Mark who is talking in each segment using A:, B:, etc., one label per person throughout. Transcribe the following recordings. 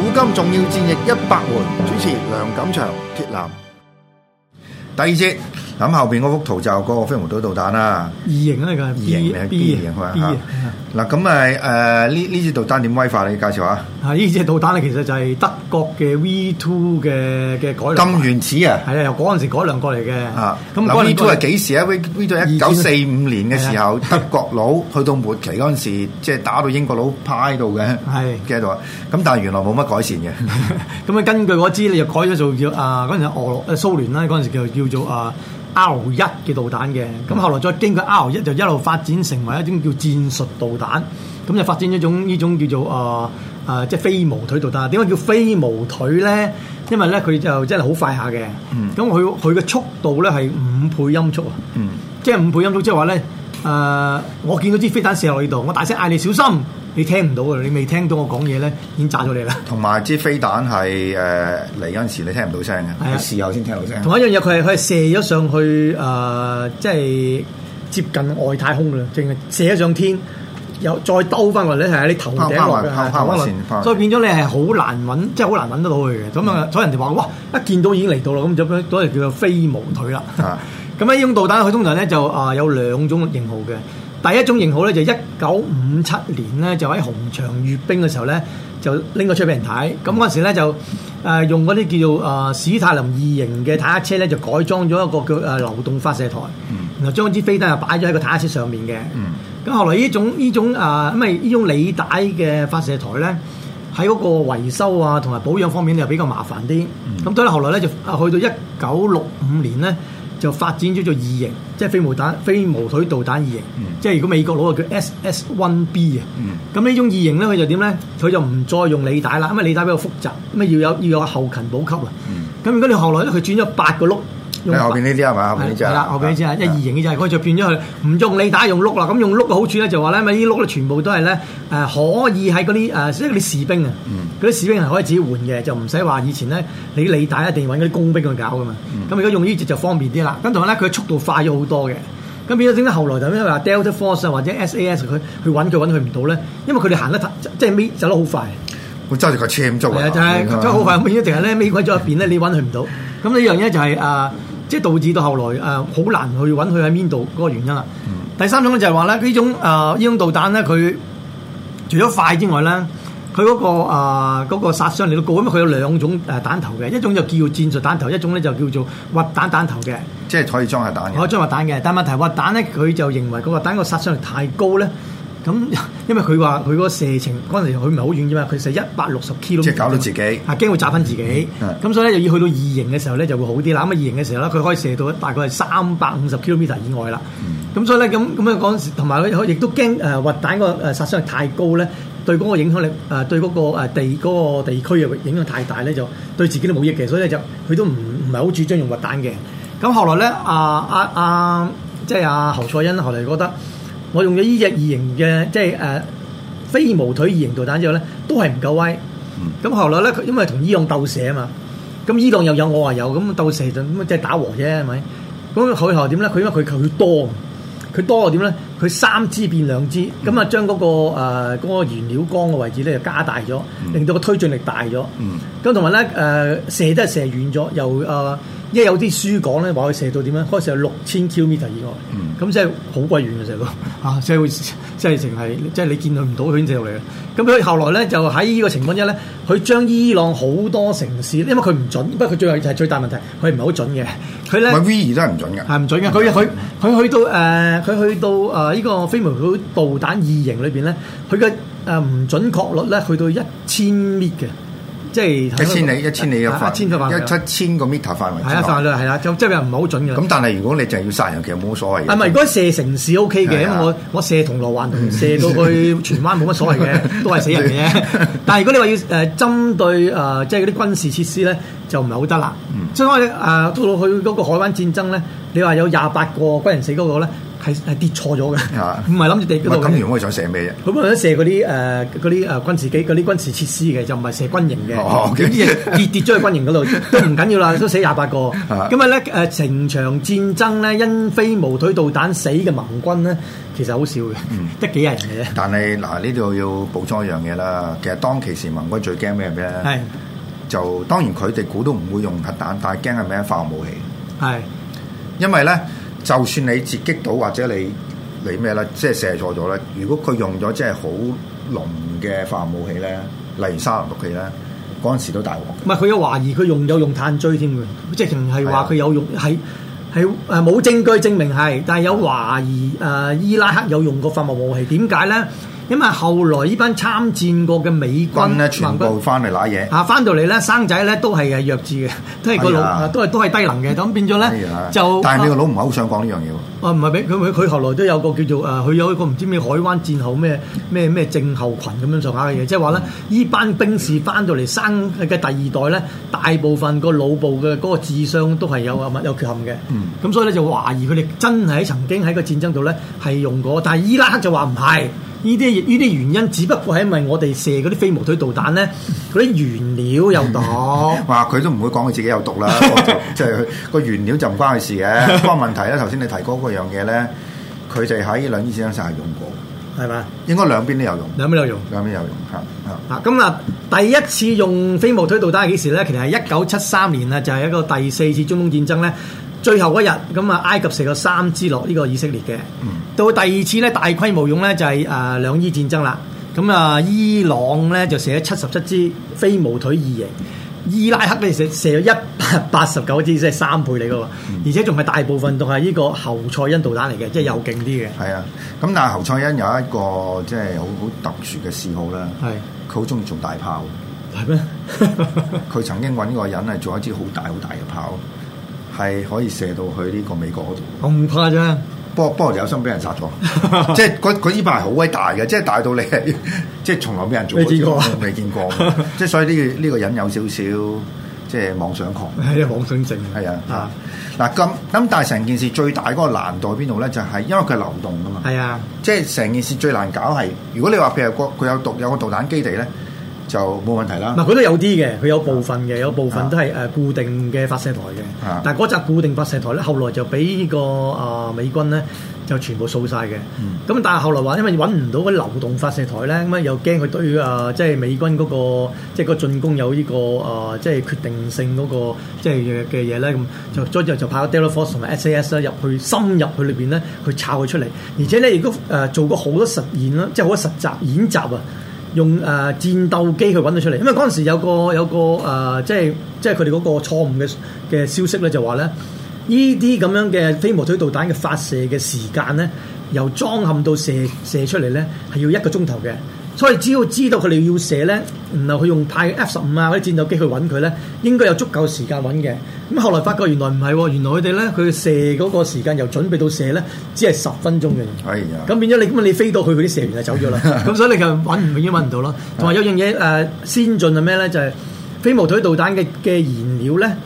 A: 古今重要戰役一百回，主持梁錦祥、鐵男。第二節咁後邊嗰幅圖就嗰個飛毛腿導彈啦。
B: 二型啊嚟㗎
A: 二型嘅
B: B
A: B
B: B
A: 型啊
B: 型
A: 係咪
B: B 啊型
A: 嗱咁咪誒呢呢支導彈點威化？你介紹下。
B: 啊！呢隻導彈咧，其實就係德國嘅 V two 嘅嘅改良
A: 咁
B: 版，
A: 原始啊！
B: 係啊，由嗰陣時改良過嚟嘅。
A: 啊，
B: 咁
A: 嗱
B: 改
A: V
B: 良
A: two
B: 過嚟
A: 係幾時啊？V V two 一九四五年嘅時
B: 啊
A: 候，德國佬去到末期嗰陣時，即係打到英國佬趴喺度嘅，
B: 係
A: 嘅度啊。咁但係原來冇乜改善嘅。
B: 咁啊，根據嗰支你就改咗做叫啊嗰陣時俄羅誒蘇聯啦，嗰陣時叫叫做啊 R 一嘅導彈嘅。咁後來再經過 R 一就一路發展成為一種叫戰術導彈，咁就發展咗一種呢種叫做啊啊即係飛毛腿導彈。點解叫飛毛腿咧？因為咧佢就真係好快下嘅
A: 嗯，
B: 咁佢佢嘅速度咧係五倍音速啊！
A: 嗯，
B: 即係五倍音速，即係話咧，誒、呃我見到支飛彈射落你度，我大聲嗌你小心，你聽唔到啊㗎，你未聽到我講嘢咧，已經炸咗你啦。
A: 同埋支飛彈係誒呃嚟嗰陣時，你聽唔到聲嘅，
B: 係啊
A: 你事後先聽到聲。
B: 同埋一樣嘢，佢係佢係射咗上去誒、呃即係接近外太空㗎啦，淨係射咗上天，又再兜翻落嚟係喺你頭頂落
A: 拋拋拋拋
B: 嘅，係頭頂落
A: 線拋嗯
B: 所以變咗你係好難揾，即係好難揾得到佢嘅。咁啊，所以人哋話哇，一見到已經嚟到啦，咁就嗰嗰就叫做飛毛腿啦。
A: 啊
B: 咁咧，呢種導彈佢通常咧就啊有兩種型號嘅。第一種型號咧就一九五七年咧就喺紅牆閱兵嘅時候咧就拎咗出俾人睇。咁嗰陣時咧就誒、呃用嗰啲叫做誒、呃史泰林二型嘅坦克車咧就改裝咗一個叫誒、呃流動發射台，然後將支飛彈又擺咗喺個坦克車上面嘅。
A: 嗯
B: 咁、後來呢種呢種啊，因為呢種履帶嘅發射台咧。喺嗰個維修啊同埋保養方面又比較麻煩啲。
A: 嗯
B: 咁所以後來咧就啊去到一九六五年咧就發展咗做二型，即係飛毛彈、飛毛腿導彈二型。
A: 嗯
B: 即係如果美國佬啊叫 SS One B 啊。咁呢種二型咧，佢就點咧？佢就唔再用履帶啦，因為履帶比較複雜，咁啊要有要有後勤補給啊。咁如果你後來咧，佢轉咗八個轆。用
A: 你嗯後邊呢啲係咪？後邊呢隻
B: 係啦，後邊呢隻係一
A: 啊
B: 二型嘅就係佢就變咗佢唔用你打用碌啦。咁用碌嘅好處咧就話咧，咪呢啲碌咧全部都係咧誒可以喺嗰啲誒即係嗰啲士兵啊，嗰啲士兵係可以自己換嘅，就唔使話以前咧你履帶一定揾嗰啲工兵去搞噶嘛。咁而家用呢隻就方便啲啦。咁同埋咧佢速度快咗好多嘅。咁變咗點解後來就因為話 Delta Force 啊或者 SAS 佢去揾佢揾佢唔到咧，因為佢哋行得太即即係尾走得好快。
A: 我揸住個車咁捉
B: 係啊，就係
A: 咁
B: 真係好快，咁一定係咧尾鬼咗入邊咧，你揾佢唔到。咁呢樣嘢就係、啊，即係導致到後來啊，好難去揾佢喺邊度嗰個原因啦。
A: 嗯
B: 第三種咧就係話咧，呢種啊呢種導彈咧，佢除咗快之外咧，佢嗰、個啊嗰、個殺傷力都高，因為佢有兩種誒彈頭嘅，一種就叫戰術彈頭，一種咧就叫做核彈彈頭嘅。
A: 即係可以裝下彈
B: 可
A: 嘅
B: 以。裝核彈嘅，但問題核彈咧，佢就認為嗰個核彈個殺傷力太高咧。咁 因為佢話佢嗰個射程嗰陣時，佢唔係好遠啫嘛，佢射一百六十 kilo，
A: 即係搞到自己
B: 啊驚會炸翻自己。
A: 嗯
B: 咁所以咧，就要去到二型嘅時候咧，就會好啲啦。咁啊，二型嘅時候咧，佢可以射到大概係三百五十 kilometer 以外啦。咁所以咧，咁咁啊樣嗰陣時，同埋佢亦都驚誒核彈個呃誒殺傷力太高咧，對嗰個影響力誒、呃、對嗰個誒地嗰、個地區嘅影響太大咧，就對自己都冇益嘅。所以咧就佢都唔唔係好主張用核彈嘅。咁後來咧，阿阿阿即係阿侯賽恩後來覺得，我用咗呢只二型嘅即係誒。呃飛毛腿二型導彈之後咧，都係唔夠威。咁、後來咧，佢因為同伊朗鬥射啊嘛，咁伊朗又有我話有，咁鬥射就咁啊即係打和啫，係咪？咁佢後來點咧？佢因為佢佢多，啊佢多又點咧？佢三支變兩支，咁啊將嗰個誒嗰、個原料缸嘅位置咧就加大咗，令到個推進力大咗。咁同埋咧誒射都係射遠咗，又誒、呃因為有啲書講咧話佢射到點咧？可以射到六千 kilometer 以外，咁、即係好鬼遠嘅射到啊！即係會即係淨係即係你見佢唔到，佢已經射到你啦。咁佢後來咧就喺呢個情況之下咧，佢將伊朗好多城市，因為佢唔準，不過佢最後就係最大問題，佢唔係好準嘅。佢咧
A: 喂 V 二都係唔準嘅。
B: 係唔準嘅。佢佢佢去到誒，佢、去到誒呢、個飛毛腿導彈二型裏邊咧，佢嘅誒唔準確率咧去到一千 m 嘅，即係
A: 一千里一千里嘅
B: 啊
A: 範，
B: 一千個範圍啦
A: 一七千個 meter 範圍之
B: 係啊，
A: 內
B: 範圍係啦，就即係唔係好準嘅。
A: 咁但係如果你就係要殺人，其實冇所謂嘅。
B: 啊，唔係，如果射城市 O K 嘅，因
A: 係
B: 為
A: 啊
B: 我我射銅鑼灣同射到去荃灣冇乜所謂 嘅，都係死人嘅啫。但係如果你話要誒針對誒即係嗰啲軍事設施咧，就唔係好得啦。
A: 嗯
B: 所以我哋誒到到去嗰個海灣戰爭咧，你話有廿八個軍人死嗰個咧，係係跌錯咗嘅
A: 啊，
B: 唔係諗住跌
A: 唔
B: 嗰
A: 係
B: 度
A: 咁，
B: 嘅
A: 如。果我想射咩啫？
B: 佢本來都射嗰啲誒嗰啲誒軍事機嗰啲軍事設施嘅，就唔係射軍營嘅。
A: 哦，OK
B: 咁啲嘢跌跌咗去軍 營嗰度都唔緊要啦，都死廿八個。
A: 啊
B: 咁啊咧誒，成場戰爭咧，因飛無腿導彈死嘅盟軍咧，其實好少嘅，
A: 嗯
B: 得幾廿人嘅啫。
A: 但係嗱，呢度要補充一樣嘢啦。其實當其時盟軍最驚咩咩咧？
B: 係
A: 就當然佢哋估都唔會用核彈，但係驚係咩咧？化學武器。
B: 係
A: 因為咧，就算你截擊到或者你你咩啦，即係射錯咗咧，如果佢用咗即係好濃嘅化學武器咧，例如沙林毒氣咧，嗰陣時都大鑊。
B: 唔係佢有懷疑佢用有用炭疽添嘅，即係淨係
A: 係啊
B: 話佢有用係。係誒冇證據證明係，但係有懷疑誒、呃伊拉克有用過化學武器，點解咧？因為後來呢班參戰過嘅美軍
A: 軍咧全
B: 盟軍
A: 部翻嚟揦嘢。
B: 啊，翻到嚟咧，生仔咧都係誒弱智嘅，都係個腦，
A: 哎呀
B: 啊都係都係低能嘅，咁變咗
A: 哎
B: 咧
A: 呀
B: 就
A: 但係你個
B: 啊
A: 佬唔係好想講呢樣嘢喎。
B: 啊唔係俾佢佢佢後來都有個叫做啊誒，佢有一個唔知咩海灣戰後咩咩咩症候群咁樣上下嘅嘢，即係話咧，依班兵士翻到嚟生嘅第二代咧，大部分個腦部嘅嗰個智商都係有啊有缺陷嘅，咁、所以咧就懷疑佢哋真係喺曾經喺個戰爭度咧係用過，但係伊拉克就話唔係。呢啲呢啲原因，只不過係因為我哋射嗰啲飛毛腿導彈咧，嗰啲原料有毒，
A: 哇！佢都唔會講佢自己有 毒啦，即係佢個原料就唔關佢事嘅。不過問題咧，頭先你提嗰嗰樣嘢咧，佢哋喺兩伊戰爭係用過，
B: 係嘛？
A: 應該兩邊都有用，
B: 有咩有用？
A: 兩邊有用嚇嚇。
B: 啊，咁啊，第一次用飛毛腿導彈係幾時咧？其實係一九七三年啊，就係、一個第四次中東戰爭咧，最後嗰日，咁啊，埃及射咗三支落呢個以色列嘅。到第二次咧，大規模用咧就係、誒、兩伊戰爭啦。咁啊，伊朗咧就射咗七十七支飛毛腿二型。伊拉克咧射射咗一百八十九支，即係三倍嚟噶喎，而且仲係大部分都係呢個侯賽因導彈嚟嘅，即係又勁啲嘅。
A: 係啊，咁但係侯賽因有一個即係好好特殊嘅嗜好啦，
B: 係
A: 佢好中意做大炮。
B: 係咩？
A: 佢曾經揾個人係做一支好大好大嘅炮，係可以射到去呢個美國嗰度。
B: 咁誇張？
A: 不過不過有心俾人殺 咗，即係嗰嗰支炮係好鬼大嘅，即係大到你係 即係從來俾人做
B: 未見過啊
A: 未見過。即係所以呢、個呢、個人有少少即係妄想狂。
B: 係妄想症
A: 係啊
B: 啊，
A: 嗱咁咁，但係成件事最大嗰個難度喺邊度咧？就係、因為佢係流動噶嘛，
B: 係啊，
A: 即係成件事最難搞係，如果你話譬如個佢有導有個導彈基地咧，就冇問題啦
B: 唔。係佢都有啲嘅，佢有部分嘅，有部
A: 啊
B: 分都係誒固定嘅發射台
A: 啊
B: 嘅。但係嗰扎固定發射台咧，後來就俾呢個啊美軍咧就全部掃晒嘅。
A: 嗯
B: 咁但係後來話，因為揾唔到嗰啲流動發射台咧，咁啊又驚佢對啊即係美軍嗰個即係個進攻有呢個啊即係決定性嗰個即係嘅嘢咧，咁就所以就就派咗 Delta Force 同埋 SAS 咧入去深入去裏邊咧去抄佢出嚟，而且咧亦都誒做過好多實驗啦，即係好多實習演習啊。用誒、呃、戰鬥機去揾佢出嚟，因為嗰陣時有個有個誒、呃即係即係佢哋嗰個錯誤嘅嘅消息咧，就話咧呢啲咁樣嘅飛毛腿導彈嘅發射嘅時間咧，由裝嵌到射射出嚟咧係要一個鐘頭嘅，所以只要知道佢哋要射咧，然後佢用派 F 十五啊嗰啲戰鬥機去揾佢咧，應該有足夠時間揾嘅。咁後來發覺原來唔係喎，原來佢哋咧佢射嗰個時間由準備到射咧，只係十分鐘嘅。
A: 哎呀，
B: 咁變咗你咁你飛到去佢啲射完就走咗啦，咁所以你就揾唔永遠揾唔到咯。同埋有樣嘢誒先進係咩咧？就係、飛毛腿導彈嘅嘅燃料咧，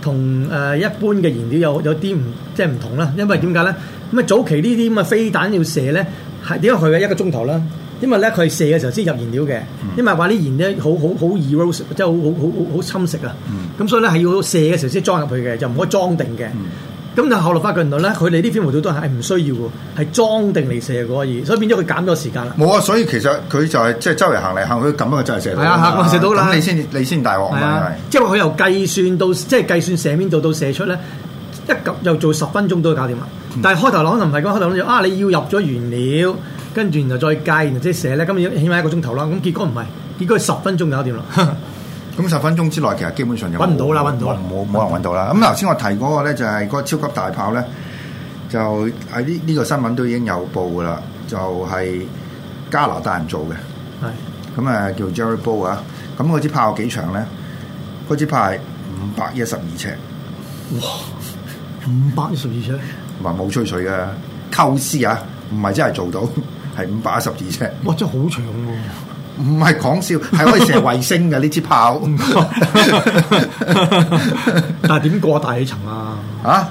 B: 同誒、呃一般嘅燃料有有啲唔即係唔同啦。因為點解咧？咁啊早期呢啲咁嘅飛彈要射咧，係點解佢嘅一個鐘頭啦？因為咧佢係射嘅時候先入燃料嘅，因為話啲燃料好好好 erosive，即係好好好好好侵蝕啊。咁、所以咧係要射嘅時候先裝入去嘅，就唔可以裝定嘅。咁但係後來發覺原來咧，佢哋啲飛毛隊都係唔需要喎，係裝定嚟射嘅可以，所以變咗佢減咗時間啦。
A: 冇啊！所以其實佢就係即係周圍行嚟行去咁樣，佢真係射到㗎嘛。
B: 係啊嚇射到啦
A: 咁你先你先大鑊啊
B: 係
A: 嘛
B: 啊！，即係話佢由計算到即係計算射邊度到射出咧，一及又做十分鐘都搞掂啦。但係開頭可能唔係講，開頭諗住啊，你要入咗原料，跟住然後再計，然後即係射咧，咁要起碼一個鐘頭啦。咁結果唔係，結果係十分鐘搞掂啦。
A: 係咪咁十分鐘之內其實基本上就
B: 搵唔到啦搵唔到啦
A: 冇冇冇人揾到啦。咁頭先我提嗰個咧就係嗰個超級大炮咧，就喺呢呢個新聞都已經有報噶啦，就係加拿大人做嘅，
B: 係
A: 咁啊叫 Jerry Bow 啊，咁嗰支炮有幾長咧？嗰支炮係五百一十二尺，
B: 五百一十二尺，
A: 話冇吹水嘅構思啊，唔係真係做到，係五百一十二尺，
B: 哇！真係好長喎，
A: 唔係講笑，係可以射衛星嘅呢支炮。
B: 但係點過大氣層啊？
A: 啊！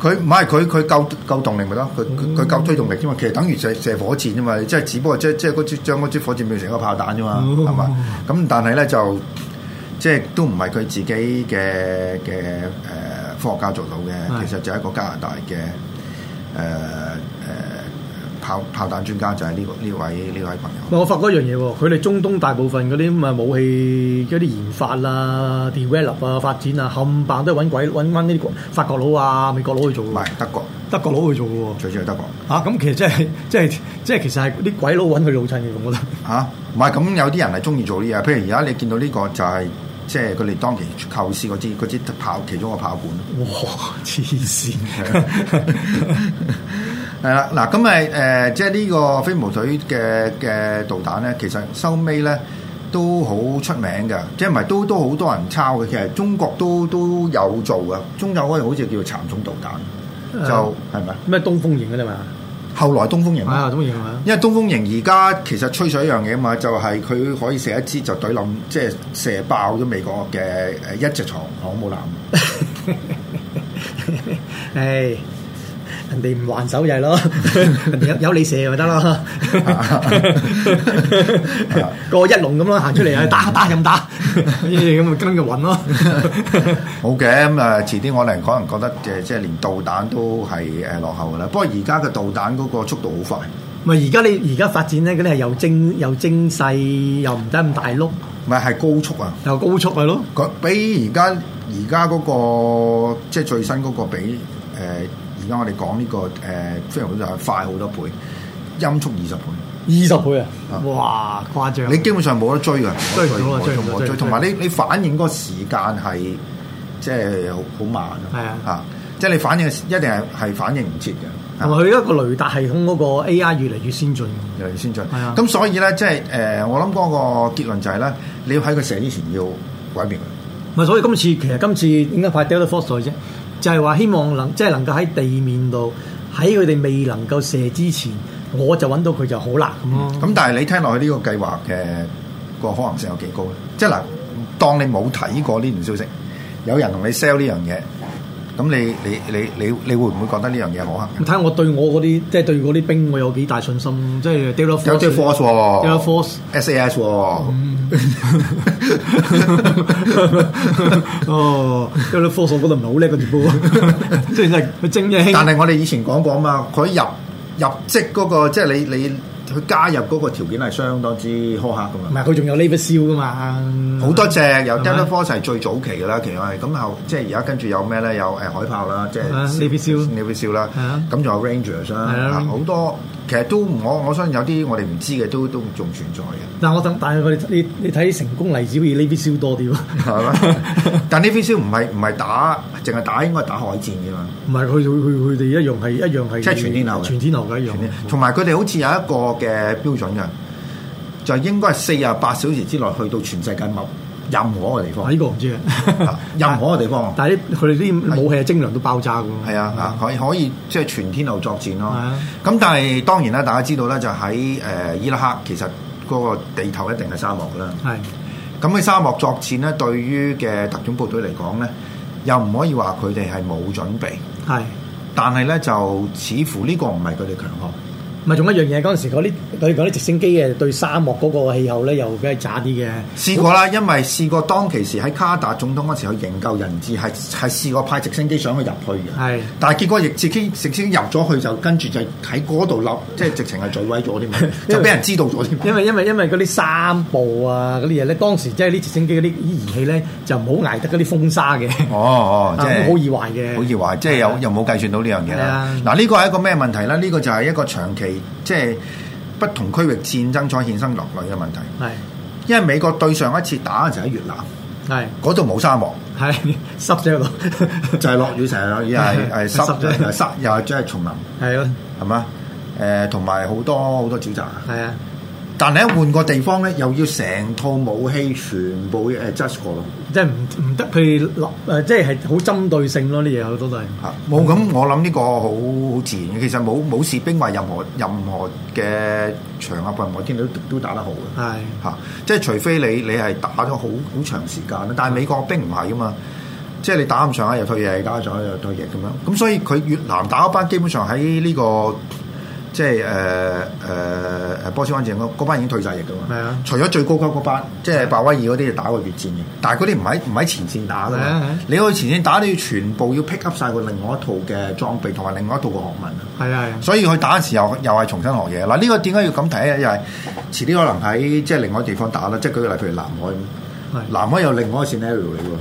A: 佢唔係佢佢夠夠動力咪咯，佢佢佢夠推動力啫嘛。其實等於射射火箭啫嘛，即係只不過即即係嗰支將嗰支火箭變成一個炮彈啫嘛，
B: 哦
A: 係嘛、咁但係咧就即係都唔係佢自己嘅嘅誒科學家做到嘅，
B: 係
A: 其實就係一個加拿大嘅誒誒炮炮彈專家就係呢、個呢位呢位朋友。
B: 我發覺一樣嘢喎，佢哋中東大部分嗰啲咁嘅武器嗰啲研發啊、develop 啊、發展啊，冚棒都係揾鬼揾翻呢啲國法國佬啊、美國佬去做
A: 唔係，
B: 嘅
A: 德國，
B: 德國佬去做嘅喎。
A: 最主要係德國。
B: 啊，咁其實即係即係即係其實係啲鬼佬揾佢老襯嘅，我覺得。
A: 嚇，啊唔係咁有啲人係中意做呢嘢，譬如而家你見到呢個就係、即係佢哋當期構思嗰支嗰支炮其中一個炮管，
B: 哇！黐線，
A: 係啦，嗱咁咪誒，即係呢個飛毛腿嘅嘅導彈咧，其實收尾咧都好出名嘅，即係唔係都都好多人抄嘅，其實中國都都有做嘅，中有嗰個好似叫蠶蟲導彈，就係咪啊？
B: 咩東風型嘅啫嘛？
A: 後來東風型
B: 啊，東風型啊，
A: 因為東風營而家其實吹水一樣嘢嘛，就係、佢可以射一支就懟冧，即係射爆咗美國嘅誒一隻航航母艦。
B: 唉。人哋唔還手就係咯， 人哋有有你射咪得 咯，個一龍咁咯行出嚟啊，打打 任打，咁咪跟佢暈咯。
A: 好嘅，咁誒遲啲我哋可能覺得誒即係連導彈都係誒落後㗎啦。不過而家嘅導彈嗰個速度好快，
B: 咪而家你而家發展咧，嗰啲係又精又精細，又唔得咁大碌，
A: 唔係係高速啊！
B: 又高速係咯。
A: 佢比而家而家嗰個即係最新嗰個比誒而家我哋講呢呃個誒飛行就係快好多倍，音速二十倍。
B: 二十倍啊
A: 啊！
B: 哇，誇張！
A: 你基本上冇得追㗎，
B: 啊追唔到
A: 我
B: 啊追唔到
A: 我
B: 追唔到
A: 同埋你你反應嗰個時間係即係好好慢啊，
B: 係啊
A: 嚇，即係你反應嘅時一定係係反應唔切嘅，
B: 同埋
A: 啊
B: 佢而家個雷達系統嗰個 AI 越嚟越先進。
A: 尤其先進。
B: 係啊
A: 咁所以咧，即係誒，我諗嗰個結論就係咧，你要喺佢射之前要毀滅佢，
B: 咪所以今次其實今次點解派 Delta Force 落去啫？就係話希望能即係能夠喺地面度，喺佢哋未能夠射之前，我就揾到佢就好啦咁咯。
A: 咁但係你聽落去呢個計劃嘅個可能性有幾高咧？即係嗱，當你冇睇過呢段消息，有人同你 sell 呢樣嘢，咁你你你你你會唔會覺得呢樣嘢可行？
B: 咁睇下我對我嗰啲即係對嗰啲兵，我有幾大信心，即係 Delta Force。
A: 有啲 force 喎，
B: Delta Force。嗯
A: SAS 喎。
B: 哦，Delta Force 我覺得唔係好叻嗰條波， 即係真係佢精英。
A: 但係我哋以前講過啊嘛，佢入入職嗰、個即係你你佢加入嗰個條件係相當之苛刻噶
B: 唔
A: 嘛。
B: 係佢仲有 Labour Seal 噶嘛？
A: 好多隻由
B: 嗯係咪
A: Delta Force 係最早期㗎啦，其實係咁後即係而家跟住有咩咧？有誒海豹啦，即係
B: 係啊，Navy Seal
A: 呢邊少啦
B: 係啊，
A: 咁仲有 Rangers 啦
B: 係啊
A: 啊，好多其實都我我相信有啲我哋唔知嘅都都仲存在嘅。
B: 但我等，但係佢哋你你睇成功例子好似 Labour Seal 多啲喎。
A: 係 嘛？但 Navy Seal 唔係唔係打，淨係打應該係打海戰㗎嘛。
B: 唔係佢佢佢哋一樣係一樣係
A: 即係全天候嘅
B: 全天候嘅一樣。
A: 同埋佢哋好似有一個嘅標準嘅，就應該係四十八小時之內去到全世界某任何一個地
B: 啊！
A: 方
B: 呢，個 唔知啊，
A: 啊任何一個地方，
B: 但係啲佢哋啲武器係精良到爆炸㗎喎。
A: 係啊，啊可以可以即係全天候作戰
B: 係
A: 咯
B: 啊。
A: 咁但係當然啦，大家知道咧，就喺誒伊拉克其實嗰個地頭一定係沙漠㗎啦。
B: 係
A: 咁喺沙漠作戰咧，對於嘅特種部隊嚟講咧，又唔可以話佢哋係冇準備，
B: 係。
A: 但係咧就似乎呢個唔係佢哋強項。
B: 咪仲有一樣嘢，嗰陣時嗰啲佢哋講啲直升機嘅對沙漠嗰個氣候咧，又比較渣啲嘅。
A: 試過啦，因為試過當其時喺卡達總統嗰時去營救人質，係係試過派直升機想去入去嘅。
B: 係
A: 但係結果亦直機直升機入咗去就跟住就喺嗰度冧，即係直情係墜毀咗添，啊就俾人知道咗添。啊
B: 因為因為因為嗰啲衫布啊嗰啲嘢咧，當時即係啲直升機嗰啲儀器咧，就唔好捱得嗰啲風沙嘅，
A: 哦哦，即
B: 啊
A: 係
B: 好易壞嘅。啊
A: 好易話，即係有又冇計算到呢樣嘢
B: 係
A: 啦
B: 啊。
A: 嗱，呢個係一個咩問題咧？呢個就係一個長期即係不同區域戰爭所衍生落嚟嘅問題。
B: 係
A: 因為美國對上一次打嘅時候喺越南，
B: 係
A: 嗰度冇沙 漠。
B: 係濕咗喺度，
A: 就係落雨成日落雨，係係濕
B: 濕咗
A: 又係濕又係即係叢林。
B: 係咯
A: 係嘛？誒，同埋好多好多沼澤。
B: 係啊。
A: 誒、但係一換個地方咧，又要成套武器全部誒 adjust 過咯。
B: 即係唔唔得，佢諗誒，即係係好針對性咯，啲嘢好多都係。
A: 嚇冇咁，我諗呢個好好自然嘅。其實冇冇士兵話任何任何嘅場合任何天氣都都打得好嘅。
B: 係
A: 嚇，即係除非你你係打咗好好長時間啦，但係美國兵唔係噶嘛，即係你打咁上下又退役，打咁上下又退役咁樣，咁所以佢越南打嗰班基本上喺呢、個即係誒誒誒波斯灣戰嗰嗰班已經退晒役噶嘛，
B: 係啊
A: 除咗最高級嗰班，即係白威爾嗰啲就打過越戰嘅，但係嗰啲唔喺唔喺前線打噶
B: 係啊係
A: 嘛
B: 啊，
A: 你去前線打你要全部要 pick up 晒佢另外一套嘅裝備同埋另外一套嘅學問啊。
B: 係啊係啊，
A: 所以佢打嘅時候又係重新學嘢。嗱，呢個點解要咁睇啊咧？因為遲啲可能喺即係另外地方打啦，即係舉個例，譬如南海咁，
B: 係
A: 南海有另外一個 scenario 嚟喎。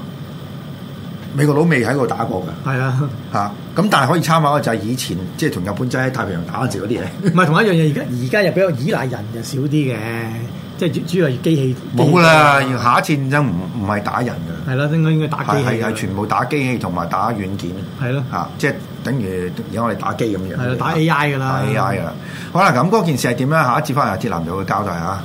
A: 美國佬未喺度打過㗎
B: 係啊。
A: 嚇，咁但係可以參考嘅就係以前即係同日本仔喺太平洋打嗰時嗰啲嘢，
B: 唔係同一樣嘢，而家而家又比較依賴人就少啲嘅，即係主主要係機器。
A: 冇㗎啦。 下一次戰爭唔唔係打人㗎啦，
B: 係啦，應該應該打機
A: 係
B: 器
A: 係
B: 㗎
A: 係全部打機器同埋打軟件
B: 係咯，
A: 嚇，即係等於而家我哋打機咁樣。啊
B: 係啦，打 AI 㗎啦
A: 打 AI 㗎啦。好啦，咁嗰件事係點咧？下一節翻嚟，鐵男就會交代嚇。